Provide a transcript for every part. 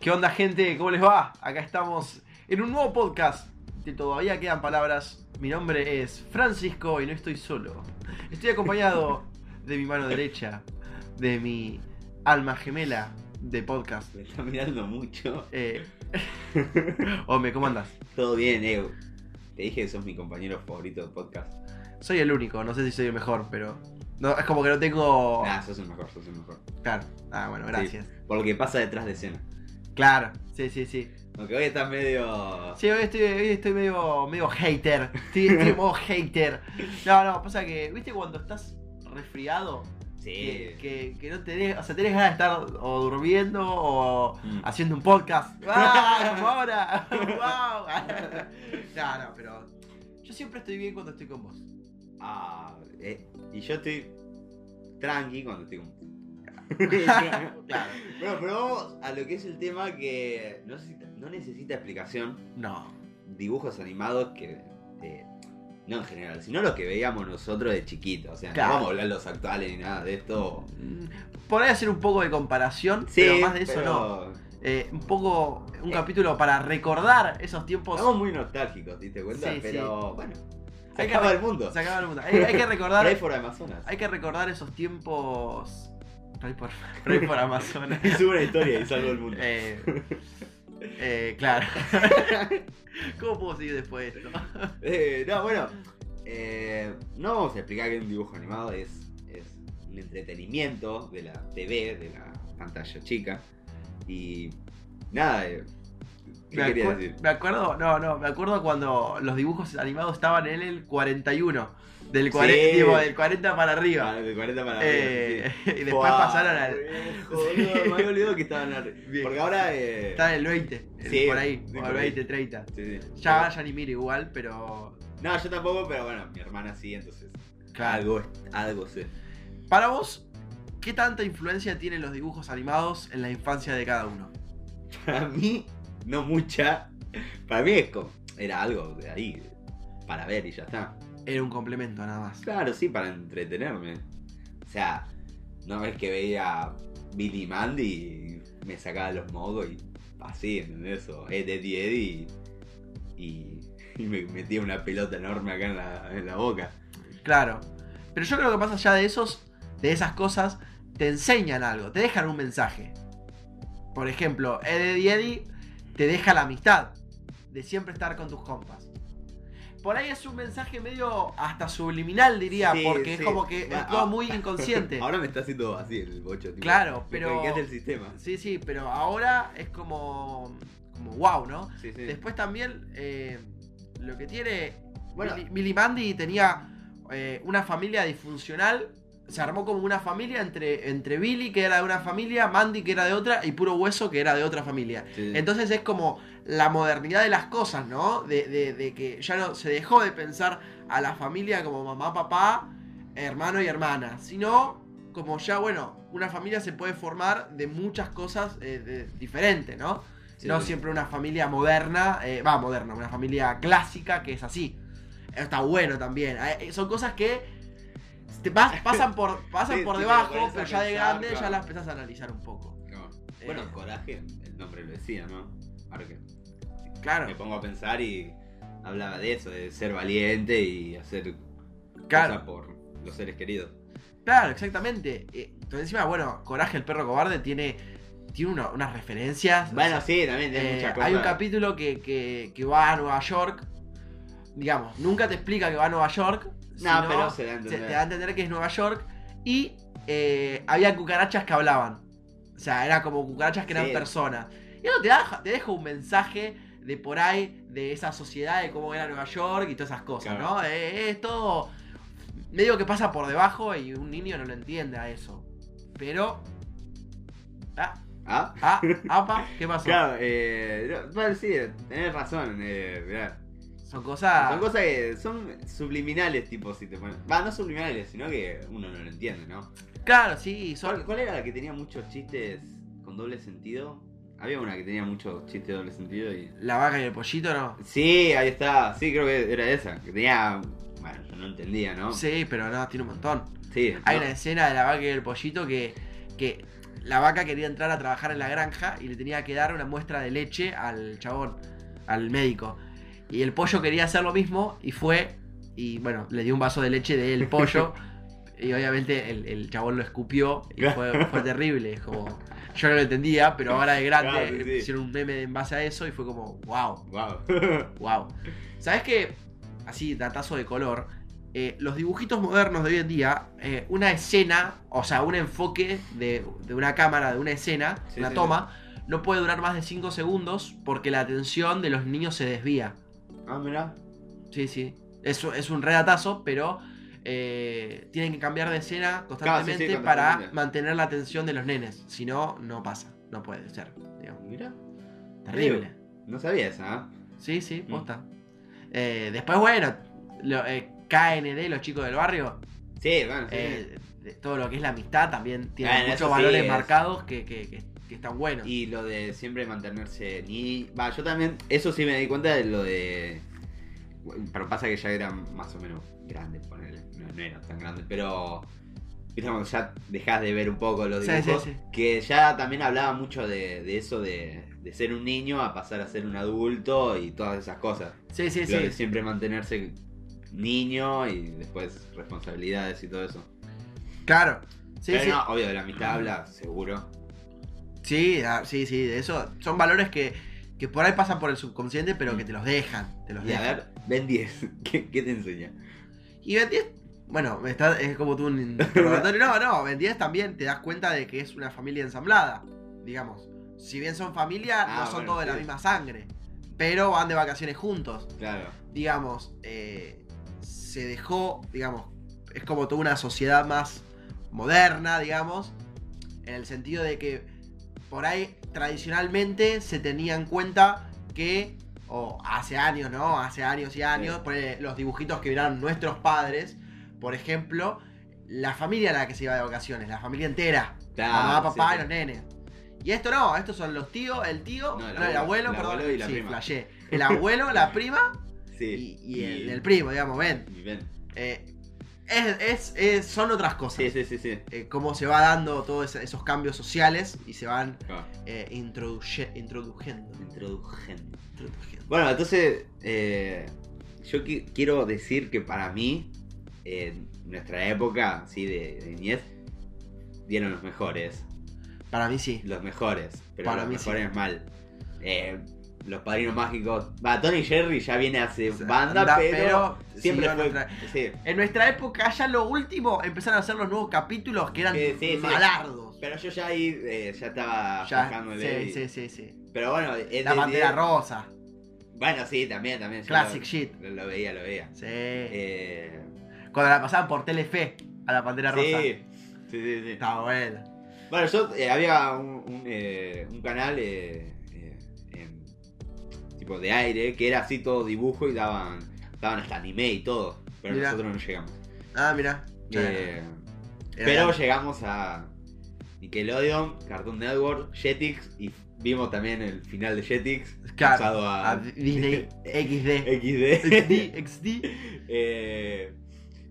¿Qué onda gente? ¿Cómo les va? Acá estamos en un nuevo podcast que todavía quedan palabras. Mi nombre es Francisco y no estoy solo. Estoy acompañado de mi mano derecha, de mi alma gemela de podcast. Me está mirando mucho. Eh... Hombre, ¿cómo andas? Todo bien, Evo. Te dije que sos mi compañero favorito de podcast. Soy el único, no sé si soy el mejor, pero... No, es como que no tengo... Ah, sos el mejor, sos el mejor. Claro. Ah, bueno, gracias. Sí, por lo que pasa detrás de escena. Claro, sí, sí, sí. Aunque hoy estás medio. Sí, hoy estoy, hoy estoy medio, medio hater. Estoy, estoy en modo hater. No, no, pasa que, ¿viste cuando estás resfriado? Sí. Eh. Que, que, que no tenés, o sea, tenés ganas de estar o durmiendo o Mm. haciendo un podcast. ¡Ah, como ahora! ¡Wow! No, no, pero yo siempre estoy bien cuando estoy con vos. Ah, eh, y yo estoy tranqui cuando estoy con. Claro. Bueno, pero vamos a lo que es el tema que no necesita, no necesita explicación. No. Dibujos animados que. eh, no en general, sino los que veíamos nosotros de chiquitos. O sea, Claro. no vamos a hablar los actuales ni nada de esto. Por ahí hacer un poco de comparación, pero más de eso no. pero Eh, un poco, un capítulo para recordar esos tiempos. Estamos muy nostálgicos, ¿te diste cuenta? Sí, pero bueno, se Hay que acaba re- el mundo. Se acaba el mundo. Eh, Hay, hay que recordar. Pray for Amazonas. Hay que recordar esos tiempos. Pray por, pray por Amazonas. Y sube una historia y salvo el mundo. Eh, eh, claro. ¿Cómo puedo seguir después de esto? Eh, no, bueno. eh, no vamos a explicar que un dibujo animado es, es un entretenimiento de la TV, de la pantalla chica. Y nada, eh, ¿qué Me, querías acu- decir? me acuerdo, no, no, me acuerdo cuando los dibujos animados estaban en el 41. Del, cuare- Sí. digo, del 40 para Ah, arriba. de 40 para Eh, arriba, sí. y después Buah, pasaron al. viejo, boludo, Me había olvidado que estaban arriba. Bien. Porque ahora. Eh, Está en el 20, el- Sí, por ahí, o sí, el por ahí. 20, 30. sí, sí. Ya, ya ni miro igual, pero. No, yo tampoco, pero bueno, mi hermana sí, entonces. Claro. Algo, algo sé. Para vos, ¿qué tanta influencia tienen los dibujos animados en la infancia de cada uno? Para mí, no mucha. Para mí es como, era algo de ahí, para ver y ya está. Era un complemento nada más. Claro, sí, para entretenerme. O sea, no es que veía Billy Mandy y me sacaba los mogos y así, ¿entendés? eso Ed, Eddie, Eddie y, y- y me metía una pelota enorme acá en la, en la boca. Claro. Pero yo creo que más allá de esos, de esas cosas, te enseñan algo, te dejan un mensaje. Por ejemplo, Eddie Eddie te deja la amistad de siempre estar con tus compas. Por ahí es un mensaje medio hasta subliminal, diría, Sí, porque sí. es como que Bueno, es todo ah. muy inconsciente. Ahora me está haciendo así el bocho, tipo, Claro, me pero- hackeaste el sistema. Sí, sí, pero ahora es como. como wow, ¿no? Sí, sí. Después también eh, lo que tiene. Bueno. Billy, Billy Mandy tenía eh, una familia disfuncional. Se armó como una familia entre, entre Billy, que era de una familia, Mandy, que era de otra, y Puro Hueso, que era de otra familia. Sí, sí. Entonces es como la modernidad de las cosas, ¿no? De, de- de que ya no se dejó de pensar a la familia como mamá, papá, hermano y hermana, sino como ya, bueno, una familia se puede formar de muchas cosas eh, de- diferentes, ¿no? Sí, no sí. siempre una familia moderna, eh, va, moderna, una familia clásica que es así. Está bueno también. Eh, Son cosas que te pas- pasan por, pasan Sí, por sí, te debajo, pones a pero ya de pensar, grande ya claro. las empezás a analizar un poco. No. Bueno, Eh, coraje, el nombre lo decía, ¿no? Ahora que claro. me pongo a pensar y hablaba de eso, de ser valiente y hacer Claro. cosas por los seres queridos. Claro, exactamente. Eh, Entonces, encima, bueno, Coraje el perro cobarde tiene, tiene una- unas referencias. Bueno, O sea, sí, también tiene eh, muchas cosas. hay un capítulo que, que- que va a Nueva York. Digamos, nunca te explica que va a Nueva York. No, sino pero se se- da a entender. te da a entender que es Nueva York. Y eh, había cucarachas que hablaban. O sea, eran como cucarachas que eran Sí. personas. Y eso te, da, te deja un mensaje de por ahí, de esa sociedad, de cómo era Nueva York y todas esas cosas, Claro. ¿no? Eh, es todo medio que pasa por debajo y un niño no lo entiende a eso. Pero... Ah, Ah, ah, apa, ¿qué pasó? claro, eh, no, bueno, sí, tenés razón, eh, mirá. Son cosas... Son cosas que son subliminales, tipo, si te ponen... Va, no subliminales, sino que uno no lo entiende, ¿no? Claro, sí, son... ¿Cuál, cuál era la que tenía muchos chistes con doble sentido? Había una que tenía muchos chistes de doble sentido y... La vaca y el pollito, ¿no? Sí, ahí está. Sí, creo que era esa. Que tenía. Bueno, yo no entendía, ¿no? Sí, pero no, tiene un montón. Sí, Hay ¿no? una escena de la vaca y el pollito que, que la vaca quería entrar a trabajar en la granja y le tenía que dar una muestra de leche al chabón, al médico. Y el pollo quería hacer lo mismo y fue y bueno, le dio un vaso de leche del pollo y obviamente el, el chabón lo escupió y fue, fue terrible. Es como, yo no lo entendía, pero ahora de grande Claro, sí, sí. hicieron un meme en base a eso y fue como, wow. Wow. Wow. ¿Sabes qué? Así, datazo de color. eh, los dibujitos modernos de hoy en día, eh, una escena, o sea, un enfoque de, de una cámara, de una escena, Sí, una sí, toma, no puede durar más de 5 segundos porque la atención de los niños se desvía. ah, mirá. Sí, sí. Es, es un redatazo, pero eh, tienen que cambiar de escena constantemente para constantemente. mantener la atención de los nenes. Si no, no pasa. No puede ser. digamos. Mirá. Terrible. No sabía esa, Sí, sí, Mm. posta. Eh, después, bueno, lo, eh, KND, los chicos del barrio, ¿eh? Sí, bueno, sí. eh, de- todo lo que es la amistad también tiene Bueno, eso muchos sí valores es. marcados que, que- que- que están buenos. Y lo de siempre mantenerse ni. Va, yo también. Eso sí me di cuenta de lo de. Pero pasa que ya era más o menos grande, ponele. No, no era tan grande, pero. Viste cuando ya dejás de ver un poco los Sí, dibujos. sí, sí. Que ya también hablaba mucho de, de eso de, de ser un niño a pasar a ser un adulto y todas esas cosas. sí, sí, Lo de sí. siempre mantenerse niño y después responsabilidades y todo eso. Claro. Sí, pero sí. no, obvio, de la mitad habla, seguro. Sí, ah, sí, sí, de eso. Son valores que, que por ahí pasan por el subconsciente, pero que te los dejan. Te los Mm. Y a dejan. ver, ven 10. ¿Qué, qué te enseña? Y Ben 10, bueno, me está, es como tú un interrogatorio. No, no, Ben 10 también te das cuenta de que es una familia ensamblada, digamos. Si bien son familia, Ah, no son bueno, todos de la sí. misma sangre, pero van de vacaciones juntos. Claro. Digamos, eh, se dejó, digamos, es como toda una sociedad más moderna, digamos, en el sentido de que por ahí tradicionalmente se tenía en cuenta que, o hace años, ¿no? Hace años y años, Sí. ponele, los dibujitos que vieron nuestros padres, por ejemplo, la familia era la que se iba de vacaciones, la familia entera, Claro, mamá, Ah, sí, papá sí. y los nenes. Y esto no, estos son los tíos, el tío, No, no, el el, abuelo, abuelo, el perdón, abuelo y la sí, prima. flashé. el abuelo, la prima Sí. y, y el, el primo, digamos, ven. y ven. Eh, es, es- es- son otras cosas. Sí, sí, sí, sí. Eh, cómo se va dando todos ese- esos cambios sociales y se van Ah, eh, introduye- introduciendo. introdujendo. introduciendo. Bueno, entonces, eh, yo qui- quiero decir que para mí, en nuestra época, así de, de niñez, dieron los mejores. Para mí sí. Los mejores, pero Para los mí mejores mal. Eh, los padrinos mágicos. Va, Tony Jerry ya viene hace O sea, banda, anda, pero, pero siempre siguió fue. nuestra- sí. En nuestra época ya lo último empezaron a hacer los nuevos capítulos que eran Sí, sí, sí. malardos. Pero yo ya ahí eh, ya estaba Ya, bajándole sí, y- sí, sí, sí. Pero bueno, es La de- bandera de- rosa. Bueno, sí, también, también. yo Classic lo- shit. Lo, lo veía, lo veía. Sí. Eh, Cuando la pasaban por Telefe a la bandera rosa. sí, sí, sí, sí. Estaba bueno. Bueno, yo eh, había un, un, eh, un canal eh, eh, em, tipo de aire que era así todo dibujo y daban, daban hasta anime y todo. Pero Mirá. nosotros no llegamos. Ah, mira. Eh, pero llegamos a Nickelodeon, Cartoon Network, Jetix y vimos también el final de Jetix. Claro, pasado a, a Disney XD. XD. XD, XD. Eh,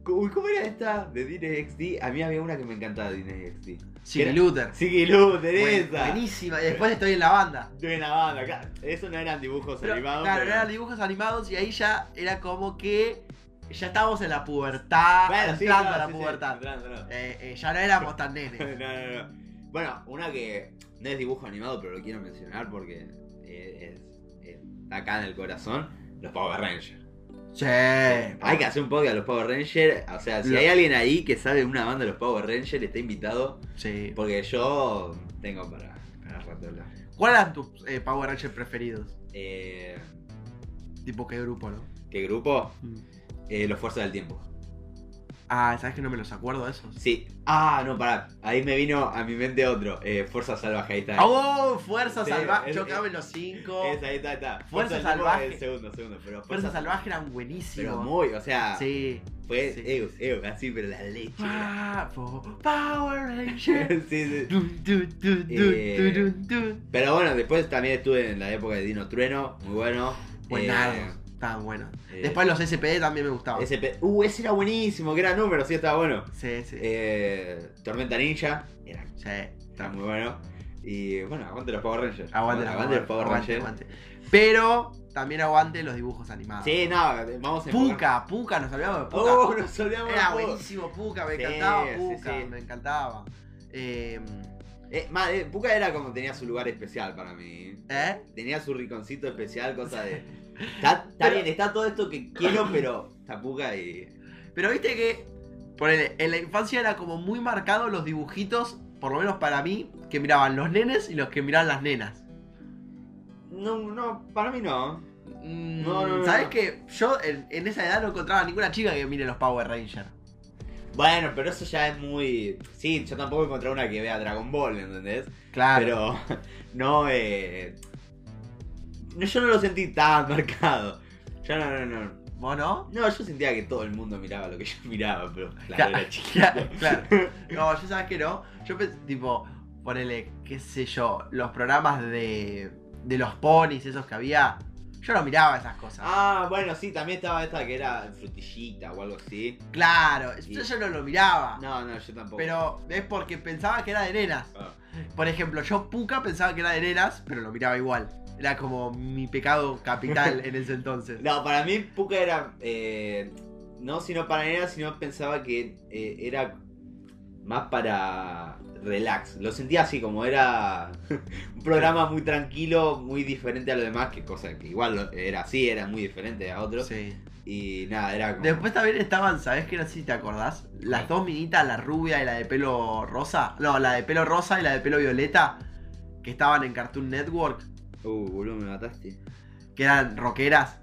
uy, ¿cómo era esta de Disney XD? A mí había una que me encantaba de Disney XD. Sin Era- Luther. Sí, que luz, Buen- Teresa. Buenísima. Y después estoy en la banda. Buena banda, claro. Eso no eran dibujos Pero, animados. claro, pero- eran dibujos animados y ahí ya era como que ya estábamos en la pubertad, Bueno, sí, entrando no, a la sí, sí, pubertad. entrando, no. Eh, eh, ya no éramos tan nenes. No, no, no. Bueno, una que no es dibujo animado, pero lo quiero mencionar porque eh, es- es- está acá en el corazón. Los Power Rangers. Che, Hay que hacer un podcast de los Power Rangers. O sea, si Eh, Lo- hay alguien ahí que sabe una banda de los Power Rangers, está invitado. sí. Porque yo tengo para, para rato hablar. ¿Cuáles eran tus eh, Power Rangers preferidos? Eh, Tipo, ¿qué grupo, no? ¿Qué grupo? Eh, los Fuerzas del Tiempo. Ah, ¿sabes que no me los acuerdo de esos? Sí. Ah, no, pará. Ahí me vino a mi mente otro. Eh, Fuerza Salvaje, ahí está. ¡Oh! Fuerza Sí, Salvaje. es- Yo es- cago en los cinco. Es, ahí está, ahí está. Fuerza del Tiempo Salvaje. es segundo, segundo. Pero Fuerza Salvaje. Salvaje eran Pero buenísimos. muy, o sea, Sí. fue sí, Ah. eu, sí, sí. eu, así, pero la leche. Pa- po- Power Rangers. sí, sí. Dun, dun, dun, dun, Eh, dun, dun. Pero bueno, después también estuve en la época de Dino Trueno, muy bueno. Buenardos, estaban buenos. eh, Después los SPD también me gustaban. Ese pe- Uh, ese era buenísimo, que era número, sí, estaba bueno. Sí, sí. Eh, Tormenta Ninja, era sí. Eh, está muy bueno. Y bueno, aguante los Power Rangers. Aguante, los aguante los Power aguante, Rangers. aguante. Pero también aguante los dibujos animados. Sí, no, vamos a enfocar- Puka, Puka, nos olvidamos de Puka. Oh, nos olvidamos de Era Puka. buenísimo Puka, me Sí, encantaba sí, Puka, sí. me encantaba. Eh, Eh, más, eh, Puka era como tenía su lugar especial para mí. ¿eh? Tenía su riconcito especial, cosa de. Está, está Pero- bien, está todo esto que quiero, pero está Puka y. Pero viste que ponele, en la infancia era como muy marcado los dibujitos, por lo menos para mí, que miraban los nenes y los que miraban las nenas. No, no, para mí no. Mm, No, no, no, ¿Sabés no. que yo en, en esa edad no encontraba ninguna chica que mire los Power Rangers? Bueno, pero eso ya es muy. Sí, yo tampoco encontré una que vea Dragon Ball, ¿entendés? Claro. Pero no, eh, no, yo no lo sentí tan marcado. Yo no, no, no. ¿Vos no? No, yo sentía que todo el mundo miraba lo que yo miraba, pero claro, Claro, era chiquito. claro. No, yo sabes que no. Yo pensé, tipo, ponele, qué sé yo, los programas de, de los ponis, esos que había. Yo no miraba esas cosas. Ah, bueno, sí, también estaba esta que era frutillita o algo así. Claro, yo, Y- yo no lo miraba. No, no, yo tampoco. Pero es porque pensaba que era de nenas. Ah. Por ejemplo, yo Puka pensaba que era de nenas, pero lo miraba igual. Era como mi pecado capital en ese entonces. No, para mí Puka era. eh, no, sino para nada, sino pensaba que eh, era más para relax. Lo sentía así, como era un programa muy tranquilo, muy diferente a lo demás, que cosa que igual lo- era así, era muy diferente a otros. Sí. Y nada, era como. Después también estaban, ¿sabes qué? No sé si te acordás. Las dos minitas, la rubia y la de pelo rosa. No, la de pelo rosa y la de pelo violeta. Que estaban en Cartoon Network. Uh, boludo, me mataste. Que eran rockeras.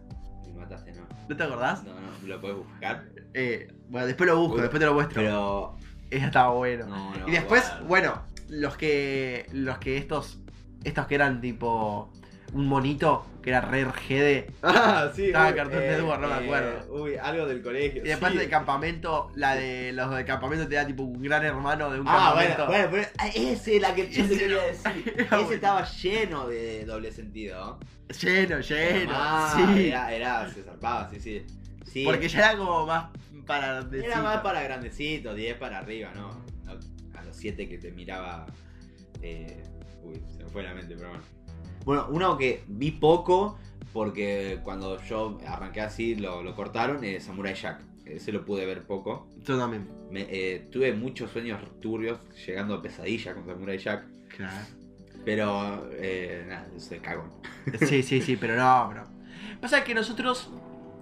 Me mataste, no. ¿No te acordás? No, no, lo podés buscar. Eh, bueno, después lo busco, Uy, después te lo muestro. Pero. Ella estaba bueno. No, no. y después, guarda. bueno, los que. Los que estos. Estos que eran tipo. Un monito que era re RGD. Ah, sí. Estaba uy, eh, Cartoon Network, no me acuerdo. Uy, algo del colegio. Y después sí. del campamento, la de los de campamento te da tipo un gran hermano de un Ah, campamento. bueno, bueno, pero ah, ese es la que yo Ese te quería decir. Era bueno. Ese estaba lleno de doble sentido. Lleno, lleno. Ah, sí. Era, era, se zarpaba, sí, sí. Sí, Porque ya era como más para era más para grandecitos, 10 para arriba, ¿no? A- A los 7 que te miraba. eh, Uy, se me fue la mente, pero bueno. Bueno, uno que vi poco, porque cuando yo arranqué así lo, lo cortaron, eh, Samurai Jack. Ese lo pude ver poco. Yo también. Me- eh, tuve muchos sueños turbios, llegando a pesadillas con Samurai Jack. Claro. Pero, eh, nada, se cagó. Sí, sí, sí, pero no, bro. Pasa que nosotros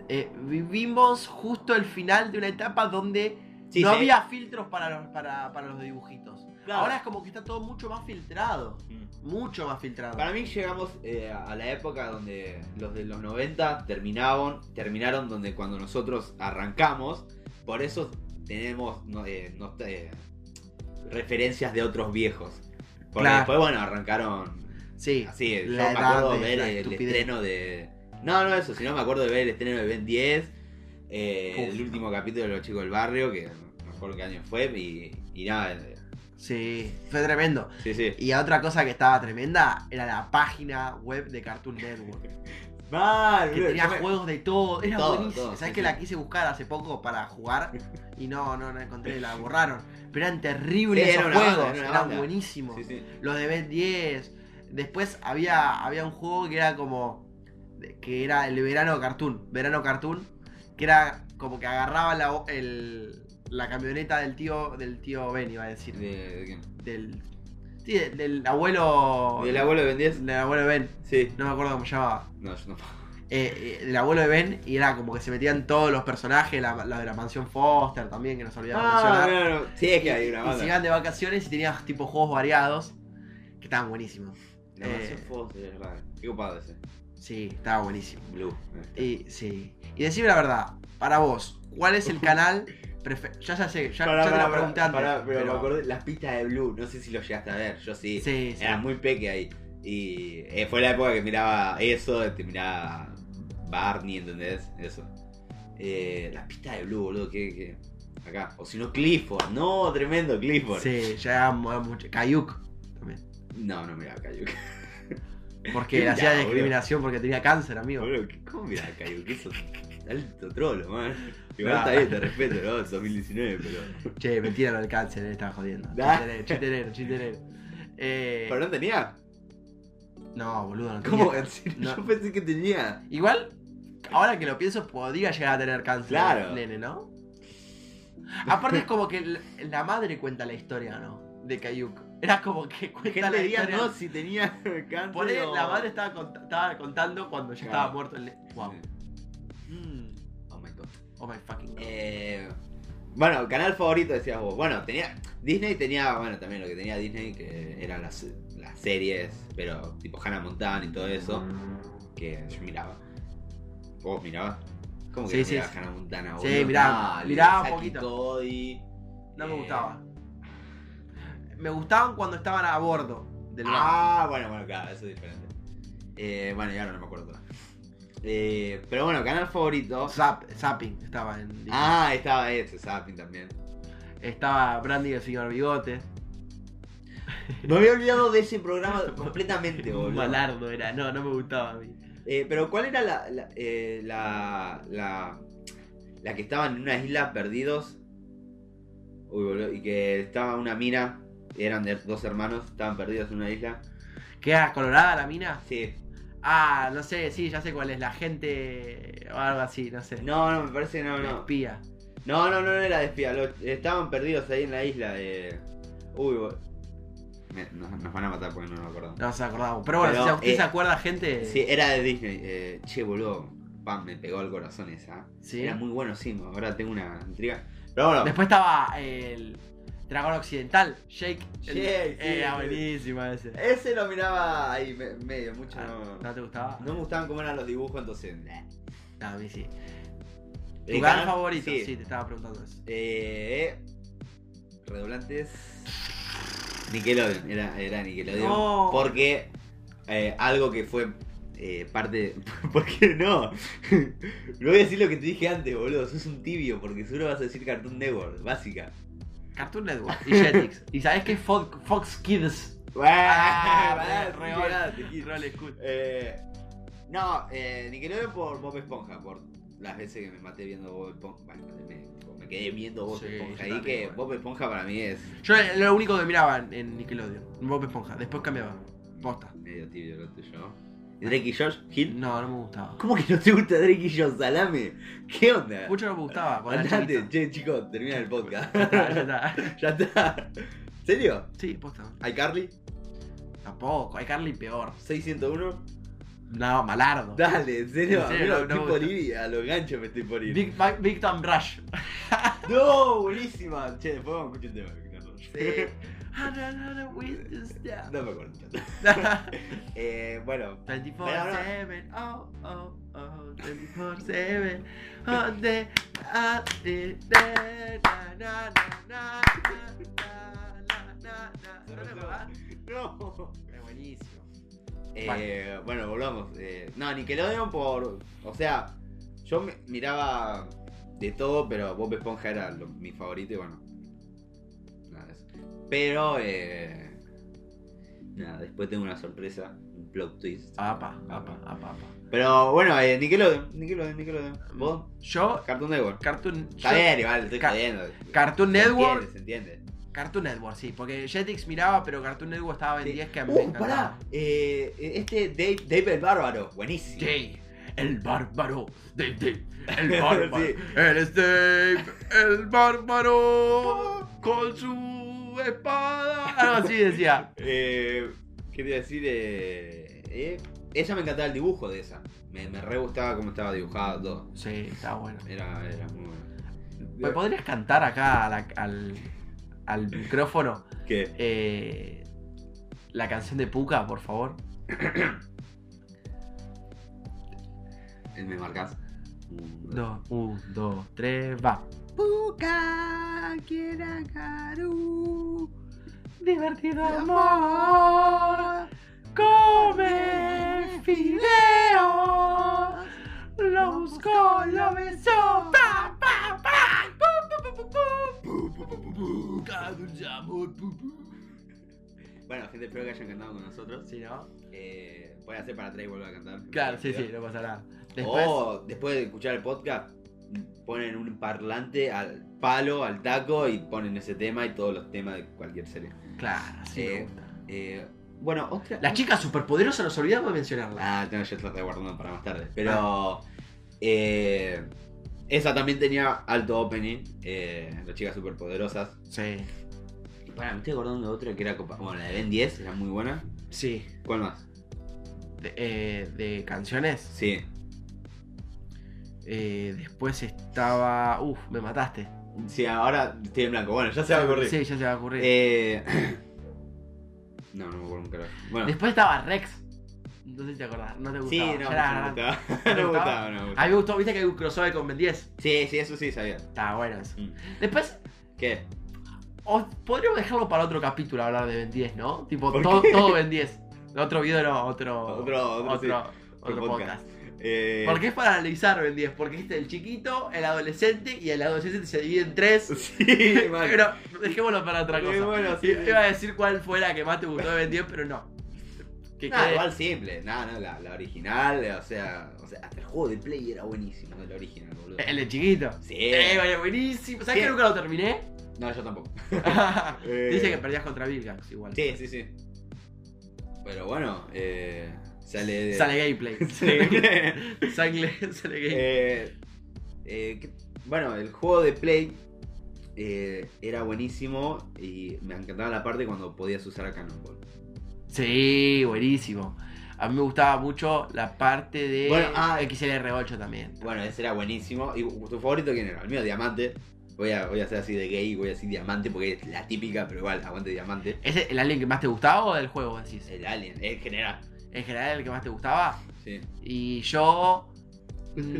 eh, vivimos justo el final de una etapa donde no había filtros para los, para, para los dibujitos. Ahora es como que está todo mucho más filtrado. Mucho más filtrado. Para mí llegamos eh, a la época donde los de los 90 terminaban, terminaron donde cuando nosotros arrancamos. Por eso tenemos no, eh, no- eh, referencias de otros viejos. Porque Claro. después, bueno, arrancaron Sí. así. Yo La me edad acuerdo de ver la el estupidez. estreno de... No, no eso, sino me acuerdo de ver el estreno de Ben 10, eh, Uf. el último capítulo de Los Chicos del Barrio, que no me acuerdo qué año fue, y, y nada. eh, Sí. Fue tremendo. Sí, sí. Y otra cosa que estaba tremenda era la página web de Cartoon Network. Mal, Que boludo, tenía yo me- juegos de todo. Era Todo, buenísimo. todo, ¿Sabes sí, que sí. la quise buscar hace poco para jugar? Y no, no, no encontré, la borraron. Pero eran Sí, terribles era esos una banda, juegos. era una eran banda. buenísimos. Sí, sí. Los de Ben 10. Después había, había un juego que era como. que era el verano cartoon. Verano cartoon. Que era como que agarraba la, el- la camioneta del tío. Del tío Ben, iba a decir. De- de quién? Del. Sí, del, del abuelo. ¿Del abuelo de Ben 10? del abuelo de Ben. Sí. No me acuerdo cómo se llamaba. No, yo no. Eh, eh, del abuelo de Ben. Y era como que se metían todos los personajes. La, la de la mansión Foster también, que nos olvidamos Ah, mencionar. no, no, no. Sí, es Y- que hay una y banda. se iban de vacaciones y tenías tipo juegos variados. Que estaban buenísimos. La mansión eh, Foster, es verdad. Qué copado ese. Sí, estaba buenísimo. Blue. Y sí. Y decime la verdad, para vos, ¿cuál es el canal prefe- Ya ya sé, ya, ya te lo pregunté antes. pará, pero, pero- me acordé, Eh, ah, las pistas de Blue, no sé si lo llegaste a ver, yo sí. Sí, sí. Era muy peque ahí. Y eh, fue la época que miraba eso, te miraba Barney, ¿entendés? Eso. Eh, las pistas de Blue, boludo, que, que- Acá. O si no, Clifford. No, tremendo Clifford. Sí, ya era mu- mucho. Cayuc también. No, no miraba Cayu. Porque Mirá, hacía boludo. discriminación porque tenía cáncer, amigo. Boludo, ¿qué- ¿Cómo miraba Cayu? Que eso. Alto trolo, man. Igual Nah. está bien, te respeto, ¿no? Es 2019, pero. Che, mentira lo del cáncer, eh, estaba jodiendo. Ah. Chiterero, chiterero, chiterero. Eh, Pero no tenía. No, boludo, no ¿Cómo? tenía. En serio, No. Yo pensé que tenía. Igual, ahora que lo pienso, podría llegar a tener cáncer Claro. el nene, ¿no? Aparte es como que l- la madre cuenta la historia, ¿no? De Kayuk. Era como que ¿Qué cuenta la te historia. no si tenía cáncer? Por él, o- la madre estaba, cont- estaba contando cuando ya Claro. estaba muerto el nene. Wow. Mm. Oh my god. Oh my fucking god. Eh, bueno, canal favorito decías vos. Bueno, tenía. Disney tenía, bueno, también lo que tenía Disney, que eran las, las series, pero tipo Hannah Montana y todo eso, que yo miraba. ¿Vos mirabas? ¿Cómo que Sí, no sí, mirabas sí. Hannah Montana? Sí, boludo? miraba, Dale, miraba un Saki poquito. Cody. No eh, me gustaba. Me gustaban cuando estaban a bordo del barco. Ah, bueno, bueno, claro, eso es diferente. Eh, bueno, ya no, no me acuerdo. Eh, pero bueno, canal favorito. Zap, zapping estaba en. Ah, estaba ese, Zapping también. Estaba Brandy y el señor Bigote. Me había olvidado de ese programa completamente, Un boludo. Malardo era, no, no me gustaba a mí. Eh, pero ¿cuál era la la, eh, la la la que estaba en una isla perdidos? Uy, boludo, y que estaba una mina, eran de- dos hermanos, estaban perdidos en una isla. ¿Qué era? ¿Colorada la mina? Sí. Ah, no sé, sí, ya sé cuál es, la gente o algo así, no sé. No, no, me parece que no, La no. espía. No, no, no era de espía, lo- estaban perdidos ahí en la isla de Uy, bol- Me- no- nos van a matar porque no nos acordamos. No nos acordamos. Pero bueno, Pero, si usted eh, se acuerda, gente. Sí, era de Disney. eh, che, boludo, pam, me pegó el corazón esa. sí. Era muy bueno, sí, ahora tengo una intriga. Pero bueno, Después estaba el dragón occidental, Jake. el- eh, Jake, sí, era sí. buenísima ese. Ese lo miraba ahí me- medio, mucho Ah, no. ¿No te gustaba? no me gustaban cómo eran los dibujos, entonces. nah. No, a mí sí. Eh, ¿Tu canal canal- favorito? Sí. Sí. te estaba preguntando eso. Eh, redoblantes. Nickelodeon, era, era Nickelodeon. No. Porque eh, algo que fue eh, parte. ¿Por qué no? no voy a decir lo que te dije antes, boludo. Sos un tibio, porque seguro vas a decir Cartoon Network, básica. Cartoon Network y Jetix. ¿Y sabes qué? Fo- Fox Kids. Ah, re- pará, re- sí, pará, te quiero. Roll Scoot. Eh, no, eh, Nickelodeon por Bob Esponja, por las veces que me maté viendo Bob Esponja. Bueno, me, tipo, me quedé viendo Bob Sí, Esponja. yo Ahí también, que bueno. Bob Esponja para mí es Yo era lo único que miraba en- en Nickelodeon. Bob Esponja. Después cambiaba. Posta. medio tibio lo tuyo. Drake y Josh, Hill. No, no me gustaba. ¿Cómo que no te gusta Drake y Josh? Salame. ¿Qué onda? Mucho no me gustaba. Cuando era Andate, chiquito. che, chicos, termina el podcast. Ya está, ya está. ya está. ¿En serio? Sí, posta. ¿iCarly? Tampoco. Hay Carly peor. ¿601? No, malardo. Dale, en serio, En serio, Amigo, no, no estoy me por gusta. ir, a los ganchos me estoy por ir. Big, Bang- Big Time Rush. No, buenísima. Che, después vamos a escuchar el tema. de Guitar Rush. Ah, no, no, no, with this, yeah. No me acuerdo. Eh, bueno, 24-7, oh, oh, oh, 24-7, on the, ah, de, de, na, na, na, na, na, na, na, na. ¿No te acordás? no. Es buenísimo. Eh, Bueno, volvamos. Eh, no, Nickelodeon por. O sea, yo me- miraba de todo, pero Bob Esponja era lo- mi favorito y bueno. Nada de eso. Pero, eh. Nada, después tengo una sorpresa, un plot twist. Apa, apa, apa, apa. Pero bueno, eh, Nickelodeon, Nickelodeon, Nickelodeon. Ah. ¿Vos? Yo, Cartoon Network. Cartoon, Está yo- bien, igual, estoy Ca- jodiendo. Cartoon Se entiende, Network, Se entiende. Cartoon Network, sí, porque Jetix miraba, pero Cartoon Network estaba en Sí. 10 que a mí me Uh, encantaba. pará. eh, este Dave, Dave el Bárbaro, buenísimo. Jay, el bárbaro. Dave, Dave, el bárbaro. Sí. Eres Dave, el bárbaro. Con su espada. Algo así decía. Eh, ¿Qué te iba a decir? Eh, eh, esa me encantaba el dibujo de esa. Me, me re gustaba cómo estaba dibujado todo. Sí, está bueno. Era, era muy ¿Me bueno. podrías cantar acá a la- al, al micrófono ¿Qué? eh, la canción de Puka, por favor? Eh, ¿Me marcas? Dos, un, dos, tres, va. Puka, quiera Karu. Divertido amor. Come fideo. Lo buscó, lo besó. Pa, pa, pa. Pu, pu, pu, pu, pu. Busca dulce amor. pu, pu. Bueno, gente, espero que hayan cantado con nosotros. Sí, ¿no? Eh, pueden hacer para atrás y volver a cantar. Claro, sí, sí, no Oh. pasa nada. Después, O después de escuchar el podcast, ponen un parlante al palo, al taco y ponen ese tema y todos los temas de cualquier serie. claro, sí. me Eh, gusta. Eh, bueno, otra. Las chicas superpoderosas nos olvidamos de mencionarlas. Ah, tengo yo estoy guardando para más Ah. tarde. Pero. eh, esa también tenía alto opening. eh, las chicas superpoderosas. Sí, Y para, me estoy acordando de otra que era copa. Bueno, la de Ben 10 era muy buena. sí. ¿Cuál más? De, eh, de canciones. Sí. Eh, después estaba. Uf, me mataste. Sí, ahora estoy en blanco. Bueno, ya se va a ocurrir. Sí, ya se va a ocurrir. Eh, no, no me acuerdo un carajo. Bueno, Después estaba Rex. No sé si te acordás, no te sí, gustaba. no, Ya no era me grande. gustaba. ¿No No te me gustaba? gustaba, no me A gustaba. mí me gustó, viste que hay un crossover con Ben 10. Sí, sí, eso sí sabía. Está bueno eso. Mm. Después, ¿Qué? o- podríamos dejarlo para otro capítulo hablar de Ben 10, ¿no? Tipo, ¿Por todo, qué? todo Ben 10. Otro video, no, otro. Otro- otro, sí. Oh, otro- otro podcast. Eh, Porque es para analizar Ben 10. Porque existe el chiquito, el adolescente y el adolescente se divide en tres. Sí, mal. Eh, Pero dejémoslo para otra Muy cosa. bueno, sí. I- Iba a decir cuál fue la que más te gustó de Ben 10, pero no. Que Nah, quede- igual simple, nada, no, la, la original, o sea, o sea, hasta el juego de Play era buenísimo, la original, boludo. El de chiquito. Sí. Eh, vaya, buenísimo. ¿Sabes Sí. que nunca lo terminé? No, yo tampoco. Dice que perdías contra Vilgax igual. Eh. Sí, sí, sí. Pero bueno, eh, sale de... Sale gameplay. Sí. Sale, sale gameplay. Eh, eh, que- bueno, el juego de Play eh, era buenísimo y me encantaba la parte cuando podías usar a Cannonball. Sí, buenísimo. A mí me gustaba mucho la parte de Bueno, ah, XLR8 también. Bueno, ese era buenísimo. ¿Y tu favorito quién era? El mío, Diamante. Voy a, voy a ser así de gay, voy a decir Diamante porque es la típica, pero igual, aguante Diamante. ¿Es el alien que más te gustaba o del juego decís? El Alien, en general. En eh, general el que más te gustaba. Sí. Y yo. mm,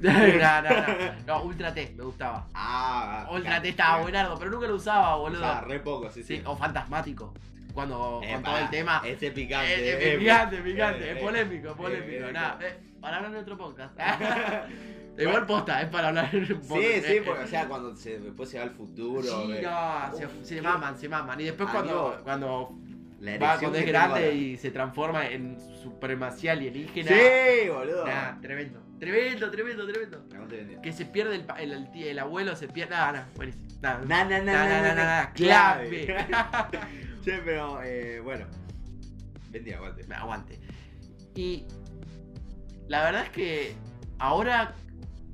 no, no, no. No, Ultra T me gustaba. Ah, Ultra T estaba buenardo, pero nunca lo usaba, boludo. Usaba re poco, sí, sí. Sí, o fantasmático. Cuando Eh, con pará, todo el tema. Ese Eh, picante. eh, eh, picante, eh, picante, es eh, polémico, es eh, polémico. eh, nada, eh, para hablar en otro podcast. Igual posta, es para hablar en un podcast. Sí, sí, Eh, porque o sea, cuando se, después se va al futuro. Sí, eh, no, se, Uf, se qué- maman, se maman. Y después cuando, Amigo, cuando, La va, erección este cuando que es tengo grande ahora. y se transforma en supremacía alienígena. Sí, boludo. Nah, tremendo. Tremendo, tremendo, tremendo. Aguante, aguante. Que se pierde el, pa- el, el tío- el abuelo, se pierde. Nada, nada, buenísimo. Nah, Na, na, nah, na, na, nah, na, nah, nah, clave. clave. Che, pero eh, bueno. Vendí, aguante. Me aguante. Y la verdad es que ahora,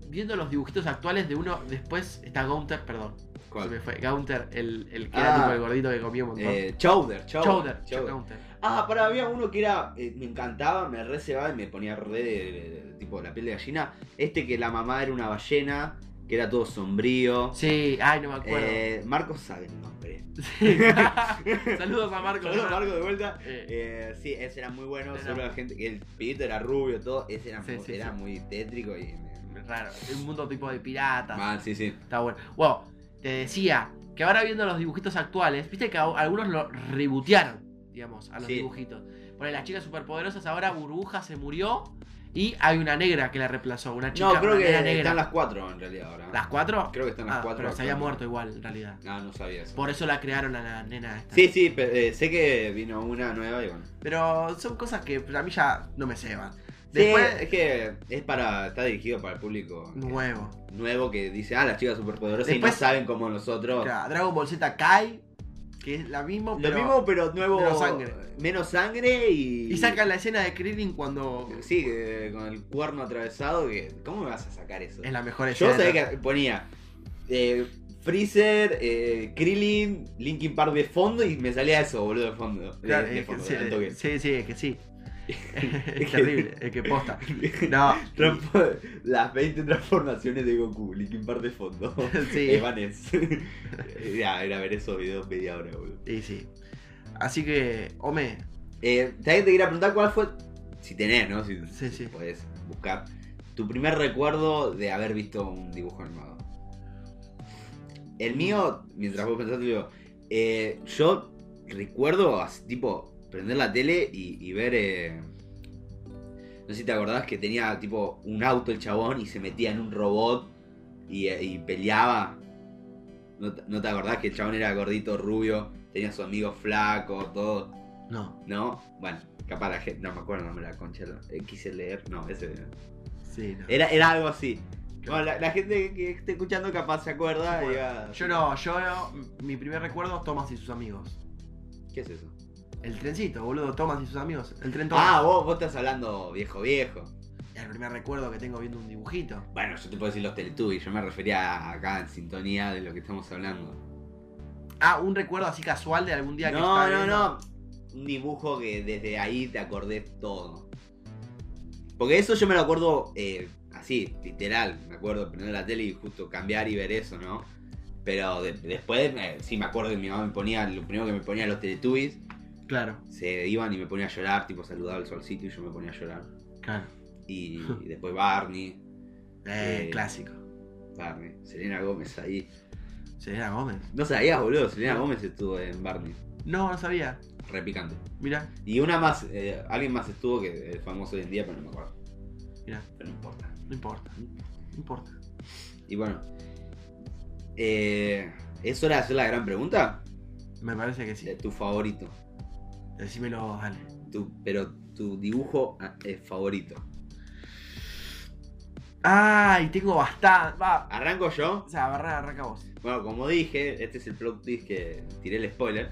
viendo los dibujitos actuales de uno, después está Gaunter, perdón, se me ¿Cuál? fue. Gaunter, el, el que era Ah. tipo el gordito que comía un montón. Eh, Chowder, Chowder, Chowder. Chowder. Gaunter. Ah, pará, había uno que era. eh, me encantaba, me recebaba y me ponía re de, de- de- tipo la piel de gallina. Este que la mamá era una ballena, que era todo sombrío. Sí, ay, no me acuerdo. Eh, Marcos sabe el nombre. Sí. Saludos a Marco. Saludos, Marco, de vuelta. Eh, Eh, sí, ese era muy bueno, Era- solo la gente, que el pibito era rubio, todo, ese era, Sí, muy, sí, era sí. muy tétrico y... raro, un mundo tipo de piratas. Mal, sí, sí. Está bueno. Bueno, te decía que ahora viendo los dibujitos actuales, viste que a- algunos lo rebotearon, digamos, a los Sí. dibujitos. Por las chicas superpoderosas, ahora Burbuja se murió y hay una negra que la reemplazó, una chica no, creo una que nena negra. están las cuatro en realidad ahora. ¿Las cuatro? Creo que están las Ah, cuatro. pero se había muerto actualmente. igual, en realidad. No, no sabía eso. Por eso la crearon a la nena esta. Sí, sí, pe- eh, sé que vino una nueva y bueno. Pero son cosas que a mí ya no me ceban. Después, Después, es que es para, está dirigido para el público que- nuevo. nuevo que dice, ah, las chicas superpoderosas y Después- no saben como nosotros. Claro, Dragon Ball Z Kai, que es la misma, Lo pero... mismo, pero nuevo. menos sangre. Menos sangre y. Y sacan la escena de Krillin cuando... Sí, eh, con el cuerno atravesado. Que... ¿Cómo me vas a sacar eso? Es la mejor escena. Yo sabía que ponía eh, Freezer, eh, Krillin, Linkin Park de fondo y me salía eso, boludo, de fondo. De, Claro, de es que fondo, sí, al toque. sí, sí, es que sí. es terrible, es que posta. No, Transpo- Las 20 transformaciones de Goku, Linkin Park de fondo. sí, Evanes. ya, era ver esos videos media hora, boludo. sí, sí. Así que, Ome, Eh, también te quería preguntar cuál fue, si tenés, ¿no? Si, Sí, si sí. podés buscar, tu primer recuerdo de haber visto un dibujo animado. El mío, mientras vos pensás, te digo, eh, yo recuerdo, así, tipo, prender la tele y, y ver... eh, no sé si te acordás que tenía, tipo, un auto el chabón y se metía en un robot y, eh, y peleaba. ¿No, te- no te acordás que el chabón era gordito, rubio, tenía a su amigo flaco, todo? no, No, bueno, capaz la gente, no me acuerdo el nombre de la concha, lo- eh, quise leer, no, ese sí, no. era, era algo así. Bueno, la, la gente que esté escuchando capaz se acuerda y va- Yo no, yo, mi primer recuerdo es Thomas y sus amigos. ¿Qué es eso? El trencito, boludo, Thomas y sus amigos. El tren Thomas. Ah, vos, vos estás hablando viejo viejo. El primer recuerdo que tengo viendo un dibujito. Bueno, yo te puedo decir los Teletubbies, yo me refería acá en sintonía de lo que estamos hablando. Ah, un recuerdo así casual de algún día que no, estaba no, viendo- no. Un dibujo que desde ahí te acordé todo. Porque eso yo me lo acuerdo eh, así, literal. Me acuerdo prender la tele y justo cambiar y ver eso, ¿no? Pero de- después eh, sí me acuerdo que mi mamá me ponía, lo primero que me ponía los Teletubbies, Claro, se iban y me ponía a llorar, tipo saludaba el solcito y yo me ponía a llorar. claro. Y, y después Barney, Eh, Eh. clásico. Barney, Selena Gómez ahí. Selena Gómez. No sabías, boludo, Selena Gómez estuvo en Barney, No, no sabía. repicando. Mira, Y una más, eh, alguien más estuvo que es famoso hoy en día, pero no me acuerdo. Mirá. Pero no importa. no importa. No importa. Y bueno. eh, ¿Es hora de hacer la gran pregunta? Me parece que sí. Eh, Tu favorito. Decímelo, vos, dale. Tu, pero tu dibujo ah, eh, favorito. Ay, tengo bastante. Va. ¿Arranco yo? O sea, agarra, arranca vos. Bueno, como dije, este es el plot twist que tiré el spoiler.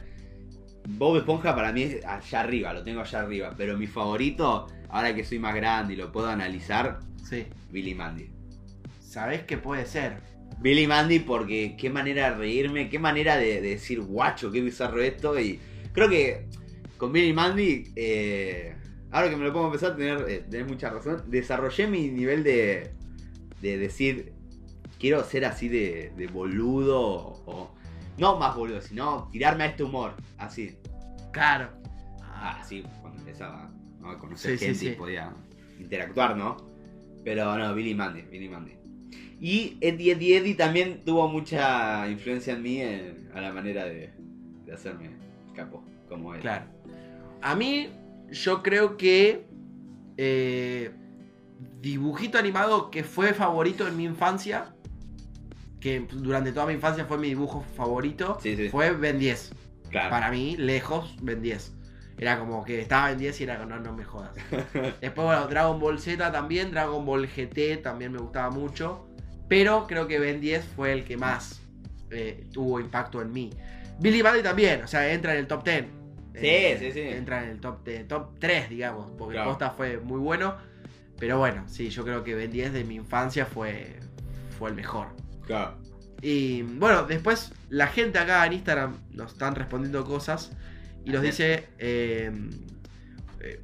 Bob Esponja para mí es allá arriba, lo tengo allá arriba. Pero mi favorito, ahora que soy más grande y lo puedo analizar, Sí. Billy Mandy. Sabés que puede ser. Billy Mandy porque qué manera de reírme, qué manera de, de decir guacho, qué bizarro esto. Y creo que con Billy Mandy, eh, ahora que me lo pongo a pensar, tener, eh, tenés mucha razón. Desarrollé mi nivel de, de decir, quiero ser así de, de boludo o, o- No más boludo, sino tirarme a este humor, así. Claro. Ah, sí, cuando empezaba ¿no? a conocer Sí, sí, gente y sí. podía interactuar, ¿no? Pero no, Billy Mandy, Billy Mandy. Y Eddie Eddie Eddie también tuvo mucha influencia en mí en- a la manera de, de hacerme capo, como él. Claro. A mí, yo creo que. eh, dibujito animado que fue favorito en mi infancia. Que durante toda mi infancia fue mi dibujo favorito. Sí, sí, Fue Ben 10. claro. Para mí, lejos, Ben 10. Era como que estaba Ben 10 y era como, no, no me jodas. Después, bueno, Dragon Ball Z también, Dragon Ball GT también me gustaba mucho. Pero creo que Ben 10 fue el que más eh, tuvo impacto en mí. Billy Mandy también, o sea, entra en el top 10. Sí, Eh, sí, sí. Entra en el top, te- top 3, digamos, porque Claro. Costa fue muy bueno. Pero bueno, sí, yo creo que Ben 10 de mi infancia fue, fue el mejor. claro. Y bueno, después la gente acá en Instagram nos están respondiendo cosas y nos Ajá. dice eh, eh,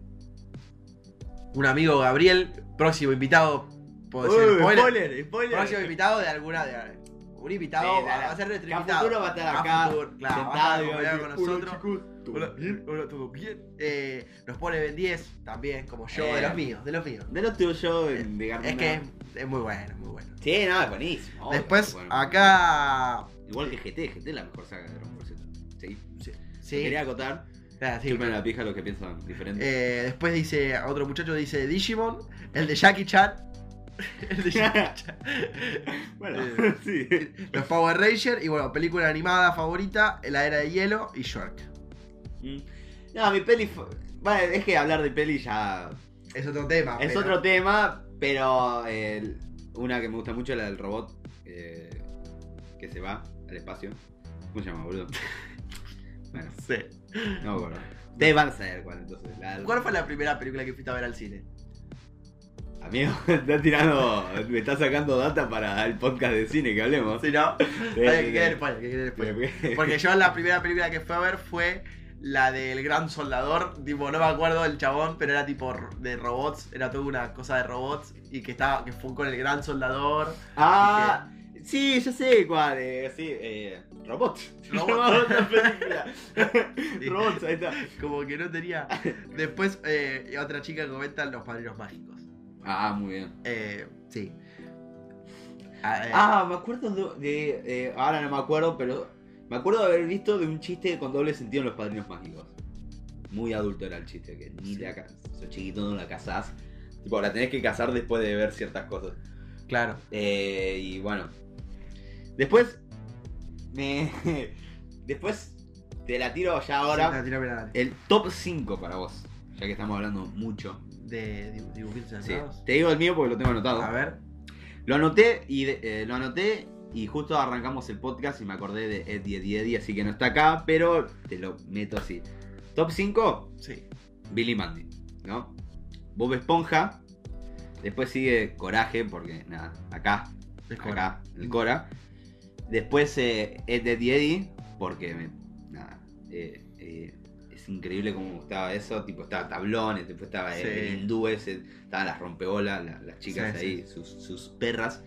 un amigo Gabriel, próximo invitado, puedo decir, Uy, spoiler, spoiler, spoiler. próximo invitado de alguna de un invitado Sí, de va- la- va a ser nuestro Que a invitado. futuro va a estar A acá, futuro, claro, va a estar sentado, y va a acompañado con decir, "Hola, nosotros". chicos, ¿todo Hola, bien?". hola, ¿todo bien? Eh, nos pone Ben 10 también, como yo, Eh. de los míos, de los míos. De lo tuyo, de Es Gardner. que es, es muy bueno, muy bueno. Sí, no, es buenísimo. obvio, Después, bueno. acá... Igual que GT, GT es la mejor saga de Dragon Ball Z. Sí. Sí, Quería acotar. ah, sí, Chupen la pija los que piensan diferente. Eh, después dice, otro muchacho dice Digimon, el de Jackie Chan, el de Jackie Chan, bueno, eh, sí. los Power Rangers y bueno, película animada favorita, La Era de Hielo y Shrek. Mm. No, mi peli. fue- Vale, es que hablar de peli ya. Es otro tema. Ah, Es pero- otro tema, pero eh, una que me gusta mucho es la del robot eh, que se va al espacio. ¿Cómo se llama, boludo? bueno, Sí. no me acuerdo. Ustedes van a saber cuál entonces. La del- ¿Cuál fue la primera película que fuiste a ver al cine? Amigo, estás tirando. Me estás sacando data para el podcast de cine que hablemos. Si no, Sí, hay sí, que quede sí. el spoiler, que quede el spoiler. Porque- Porque yo la primera película que fui a ver fue la del gran soldador, tipo, no me acuerdo del chabón, pero era tipo de robots, era toda una cosa de robots y que estaba, que fue con el gran soldador. Ah, sí, yo sé cuál. eh, sí, eh, robots. Robots. Robots, la película. robots, ahí está. Como que no tenía. Después, eh, otra chica comenta los padrinos mágicos. Ah, muy bien. Eh, sí. Ah, eh, Ah, me acuerdo de. de, eh, ahora no me acuerdo, pero. Me acuerdo de haber visto de un chiste con doble sentido en los padrinos mágicos. Muy adulto era el chiste, que ni Sí. la ca- sos chiquito, no la casás. Tipo, la tenés que casar después de ver ciertas cosas. claro. Eh, y bueno. Después. Me. Después. Te la tiro ya ahora. Sí, tira, tira, tira, tira. El top 5 para vos, ya que estamos hablando mucho. De dibu- dibujitos Sí. animados. Te digo el mío porque lo tengo anotado. A ver. Lo anoté y de- eh, lo anoté y justo arrancamos el podcast y me acordé de Eddie Eddie Eddie, así que no está acá, pero te lo meto así. Top 5, Sí. Billy Mandy, ¿no? Bob Esponja. Después sigue Coraje, porque nada, acá, es como- acá, el Cora. Después eh, Ed, Ed y Eddie, porque me- nada, eh, eh, es increíble cómo me gustaba eso. Tipo, estaba Tablones, después estaba el- Sí. el hindú ese, estaban las rompeolas, la- las chicas Sí, ahí, Sus, sus perras.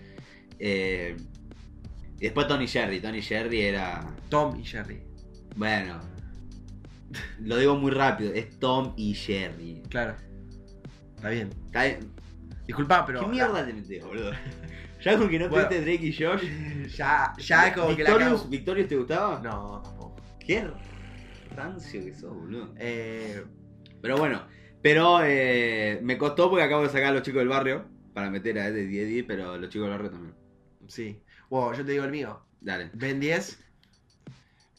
Eh, y después Tony Jerry, Tony Jerry era. Tom y Jerry. Bueno, lo digo muy rápido, es Tom y Jerry. Claro. Está bien. Está bien. Disculpa, pero. ¿Qué mierda te metes, boludo? Ya con que no te Bueno. viste Drake y Josh. Ya, ya es como que la Victorious, cago. ¿Victorious te gustaba? No, tampoco. Qué rancio que sos, boludo. Eh, Pero bueno, pero eh, me costó porque acabo de sacar a los chicos del barrio para meter a Eddie Eddie, pero los chicos del barrio también. sí. Wow, yo te digo el mío. Dale. Ben 10.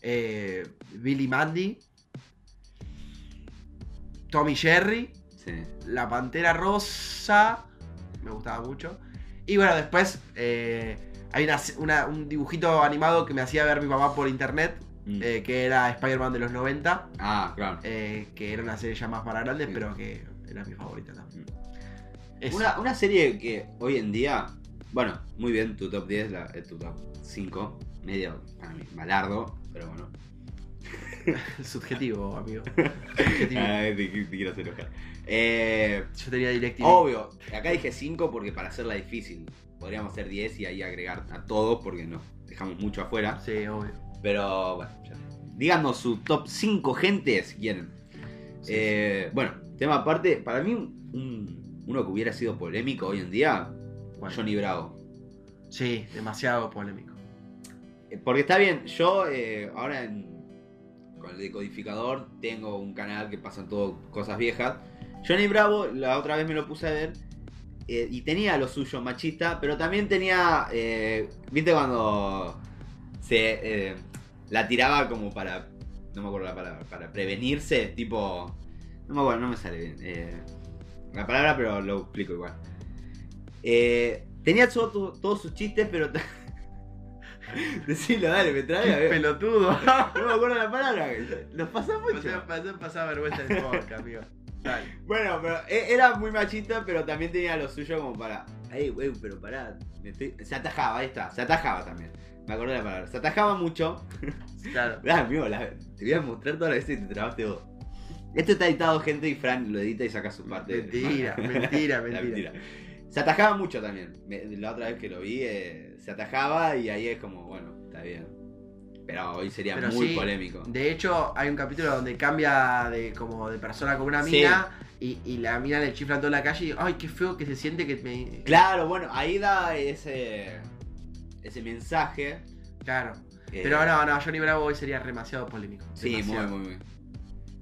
eh, Billy Mandy. Tommy Jerry. Sí. La Pantera Rosa. Me gustaba mucho. Y bueno, después eh, hay una, una- un dibujito animado que me hacía ver mi papá por internet. Mm. eh, que era Spider-Man de los 90. ah, claro. eh, que era una serie ya más para grandes, Sí. pero que era mi favorita también. Mm. Eso. Una, una serie que hoy en día, bueno, muy bien, tu top 10, la- eh, tu top 5, medio para mí, malardo, pero bueno. Subjetivo, amigo. Subjetivo. Ay, te, Ah, te quiero hacer enojar. Eh, Yo tenía directivo. obvio, acá dije 5 porque para hacerla difícil, podríamos hacer 10 y ahí agregar a todos porque nos dejamos mucho afuera. Sí, obvio. Pero bueno, ya. díganos su top 5 gentes, si quieren. Sí, Eh, Bueno, tema aparte, para mí un- un- uno que hubiera sido polémico hoy en día, Bueno. Johnny Bravo. Sí, demasiado polémico. Eh, Porque está bien, yo eh, ahora en- con el decodificador tengo un canal que pasan todo cosas viejas. Johnny Bravo, la otra vez me lo puse a ver. eh, y tenía lo suyo machista, pero también tenía. eh, ¿Viste cuando se eh, la tiraba como para. No me acuerdo la palabra. Para prevenirse, tipo. No me acuerdo, no me sale bien. eh, la palabra, pero lo explico igual. Eh, tenía su- tu- todos sus chistes, pero. ta- Decilo, dale, me trae. Qué amigo. pelotudo. No me acuerdo la palabra. Nos pasa mucho. pasaba vergüenza de podcast, amigo. Dale. Bueno, pero e- era muy machista, pero también tenía lo suyo como para. Ey, wey, pero pará. me estoy-". Se atajaba, ahí está. Se atajaba también. Me acordé de la palabra. Se atajaba mucho. Claro. Ah, amigo, la- te voy a mostrar todas las veces que te trabaste vos. Esto está editado, gente, y Fran lo edita y saca su parte. Mentira, mentira, La mentira. mentira. Se atajaba mucho también. Me- la otra vez que lo vi, eh, se atajaba y ahí es como, bueno, está bien. Pero hoy sería Pero muy sí, polémico. De hecho, hay un capítulo donde cambia de como de persona con una Sí. mina y, y la mina le chifla en toda la calle y ay, qué feo que se siente que me. Claro, bueno, ahí da ese, ese mensaje. Claro. eh, Pero no, no, Johnny Bravo hoy sería demasiado polémico. Sí, muy, Demasiado. muy, muy.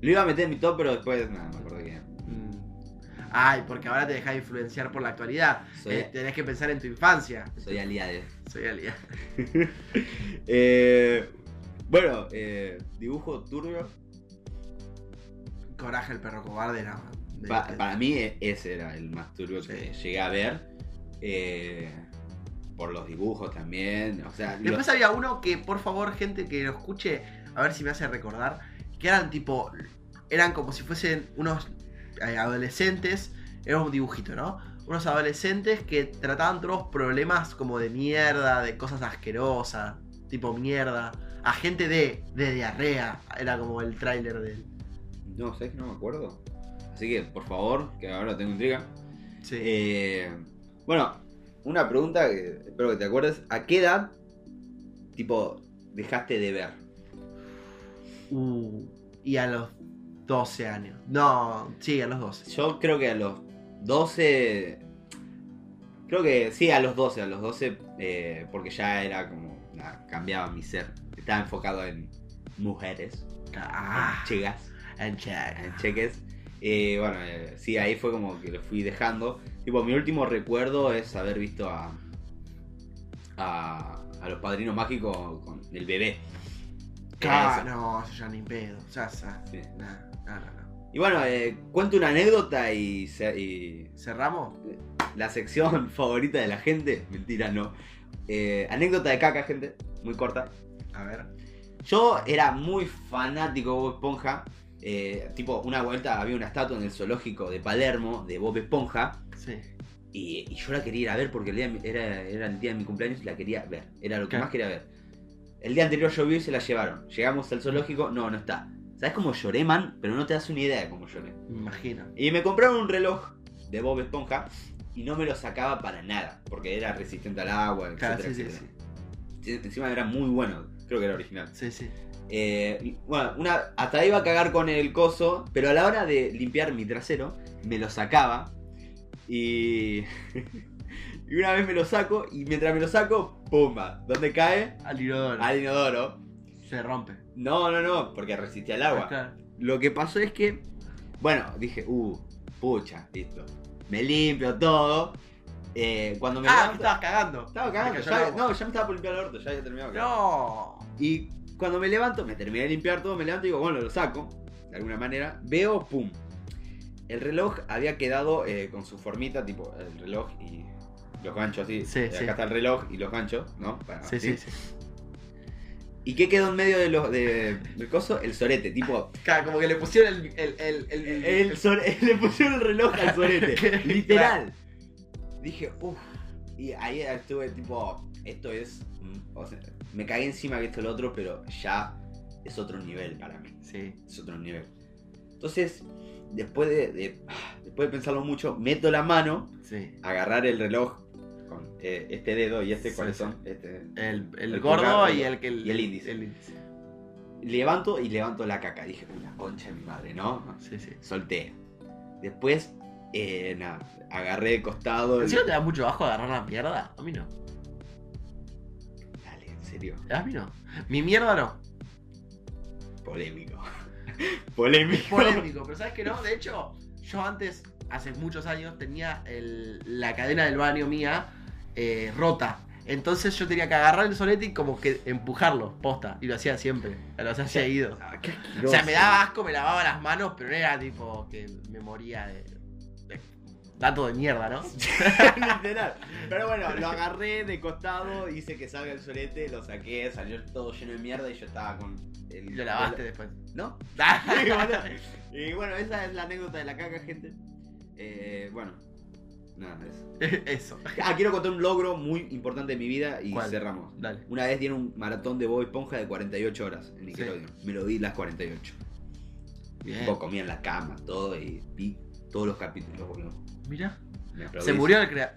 Lo iba a meter en mi top, pero después, nada, me acordé que Mm. Ay, porque ahora te dejas influenciar por la actualidad. soy, este, Eh, tenés que pensar en tu infancia. soy aliade. Soy Alia. Eh, bueno, eh, dibujo turbio. Coraje el perro cobarde, no. De- Pa- de- para mí e- ese era el más turbio que llegué a ver. eh, por los dibujos también. O sea, lo- Después había uno que, por favor, gente que lo escuche, a ver si me hace recordar, que eran tipo, eran como si fuesen unos eh, adolescentes, era un dibujito, ¿no? Unos adolescentes que trataban todos los problemas como de mierda, de cosas asquerosas, tipo mierda, a gente de, de diarrea, era como el tráiler del... no, ¿sabes que no me acuerdo? Así que, por favor, que ahora tengo intriga. Sí. Eh, bueno, una pregunta que espero que te acuerdes. ¿A qué edad, tipo, dejaste de ver? Uh, y a los 12 años. No, sí, a los 12. Yo creo que a los 12... Creo que sí, a los 12, a los 12, eh, porque ya era como, nada, cambiaba mi ser. Estaba enfocado en mujeres, Ah, en chicas, en check. en cheques. Eh, bueno, eh, sí, ahí fue como que lo fui dejando. Tipo, mi último recuerdo es haber visto a, a, a los padrinos mágicos con el bebé. Ah, Era no, eso ya ni pedo. Ya, ya. eso. Sí. Nah, nah, nah, nah. Y bueno, eh, cuento una anécdota y, se- y ¿Cerramos? la sección favorita de la gente. Mentira, no. Eh, anécdota de caca, gente. Muy corta. A ver. Yo era muy fanático de Bob Esponja. eh, tipo, una vuelta había una estatua en el zoológico de Palermo de Bob Esponja. Sí. Y, y yo la quería ir a ver porque el día de mi- era, era el día de mi cumpleaños y la quería ver. Era lo que Claro. más quería ver. El día anterior llovió y se la llevaron. Llegamos al zoológico, no, no está. ¿Sabes cómo lloré, man? Pero no te das una idea de cómo lloré. Me imagino. Y me compraron un reloj de Bob Esponja y no me lo sacaba para nada. Porque era resistente al agua, etcétera, Claro, Ah, sí, sí, sí. etcétera. Encima era muy bueno. Creo que era original. Sí, sí. Eh, y, bueno, una, hasta iba a cagar con el coso, pero a la hora de limpiar mi trasero, me lo sacaba. Y. y una vez me lo saco, y mientras me lo saco, ¡pumba! ¿Dónde cae? Al inodoro. Al inodoro. Se rompe. No, no, no, porque resistía el agua. Ah, Claro. Lo que pasó es que, bueno, dije, uh, pucha, listo. Me limpio todo. Eh, cuando me Ah, que levanto- estabas cagando. estaba cagando. Te cayó el ya- agua. no, ya me estaba por limpiar el orto, ya había terminado. de cagar. No. Y cuando me levanto, me terminé de limpiar todo, me levanto y digo, bueno, lo saco, de alguna manera. Veo, pum. El reloj había quedado eh, con su formita, tipo el reloj y los ganchos, así. Sí, Eh, acá sí. está el reloj y los ganchos, ¿no? Para- Sí, sí, así. sí. ¿Y qué quedó en medio de los, de, del coso? El sorete, tipo. Claro, como que le pusieron el. el, el, el, el- El sore- le pusieron el reloj al sorete. literal. Dije, uff. Y ahí estuve tipo, esto es. mm, o sea, me cagué encima que esto es lo otro, pero ya es otro nivel para mí. Sí. es otro nivel. Entonces, después de, de- ah, después de pensarlo mucho, meto la mano, Sí. agarrar el reloj con eh, este dedo y este Sí, cuáles sí. son. Este, El, el, El gordo pulgar, y el- el que. y el índice. El índice. Levanto y levanto la caca. Dije, "Uy, la concha de mi madre, ¿no? Sí, sí. Solté. Después, eh, nada, agarré de costado. el- ¿En serio te da mucho bajo agarrar la mierda? A mí no. Dale, en serio, A mí no. Mi mierda no. polémico. polémico. Polémico, pero ¿sabes que no? De hecho, yo antes, hace muchos años, tenía el- la cadena del baño mía eh, rota. Entonces yo tenía que agarrar el solete y como que empujarlo, posta. Y lo hacía siempre. Lo hacía seguido. Ah, qué O sea, me asqueroso. daba asco, me lavaba las manos, pero no era tipo que me moría de. de dato de mierda, ¿no? Literal. Pero bueno, lo agarré de costado, hice que salga el solete, lo saqué, salió todo lleno de mierda y yo estaba con el. Y lo lavaste después. ¿No? y bueno, esa es la anécdota de la caca, gente. Eh, bueno. Nada, eso. Eso. Ah, quiero contar un logro muy importante de mi vida y ¿Cuál? cerramos. Dale. Una vez dieron un maratón de Bob Esponja de 48 horas en Nickelodeon. Me lo vi las 48. Bien. Tipo, comía en la cama, todo, y vi todos los capítulos, boludo. Mira. Me aplaudí. Se murió el creador.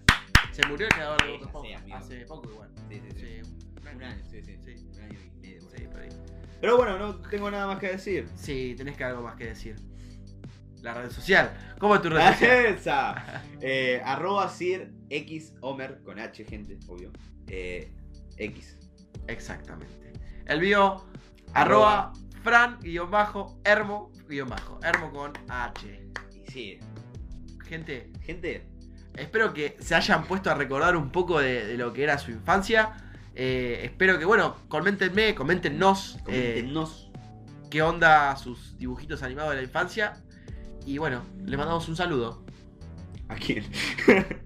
Se murió el creador de Sí, Bob ya sé, Esponja. amigo. Hace poco igual. Sí, sí, sí. Hace un año. Un año, sí, sí. Sí. Un año y medio. por ahí. Sí, por ahí. Pero bueno, no tengo nada más que decir. Sí, tenés que algo más que decir. La red social. ¿Cómo es tu Ah, red social? ¡Esa! Eh, arroba Sir X Homer con H, gente, obvio. Eh, X. Exactamente. El mío, arroba fran guión bajo, hermo guión bajo. Hermo con H. Y sí, Gente, gente, espero que se hayan puesto a recordar un poco de, de lo que era su infancia. Eh, espero que, bueno, coméntenme, coméntenos. eh, coméntenos. qué onda sus dibujitos animados de la infancia. Y bueno, les mandamos un saludo ¿A quién?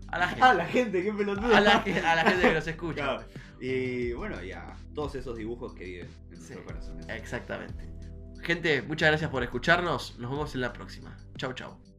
a la A gente, la gente, qué pelotudo. a la, a la gente que nos escucha. Claro. Y bueno, y a todos esos dibujos que viven en nuestros Sí. corazones. Exactamente. Gente, muchas gracias por escucharnos. Nos vemos en la próxima. Chau, chau.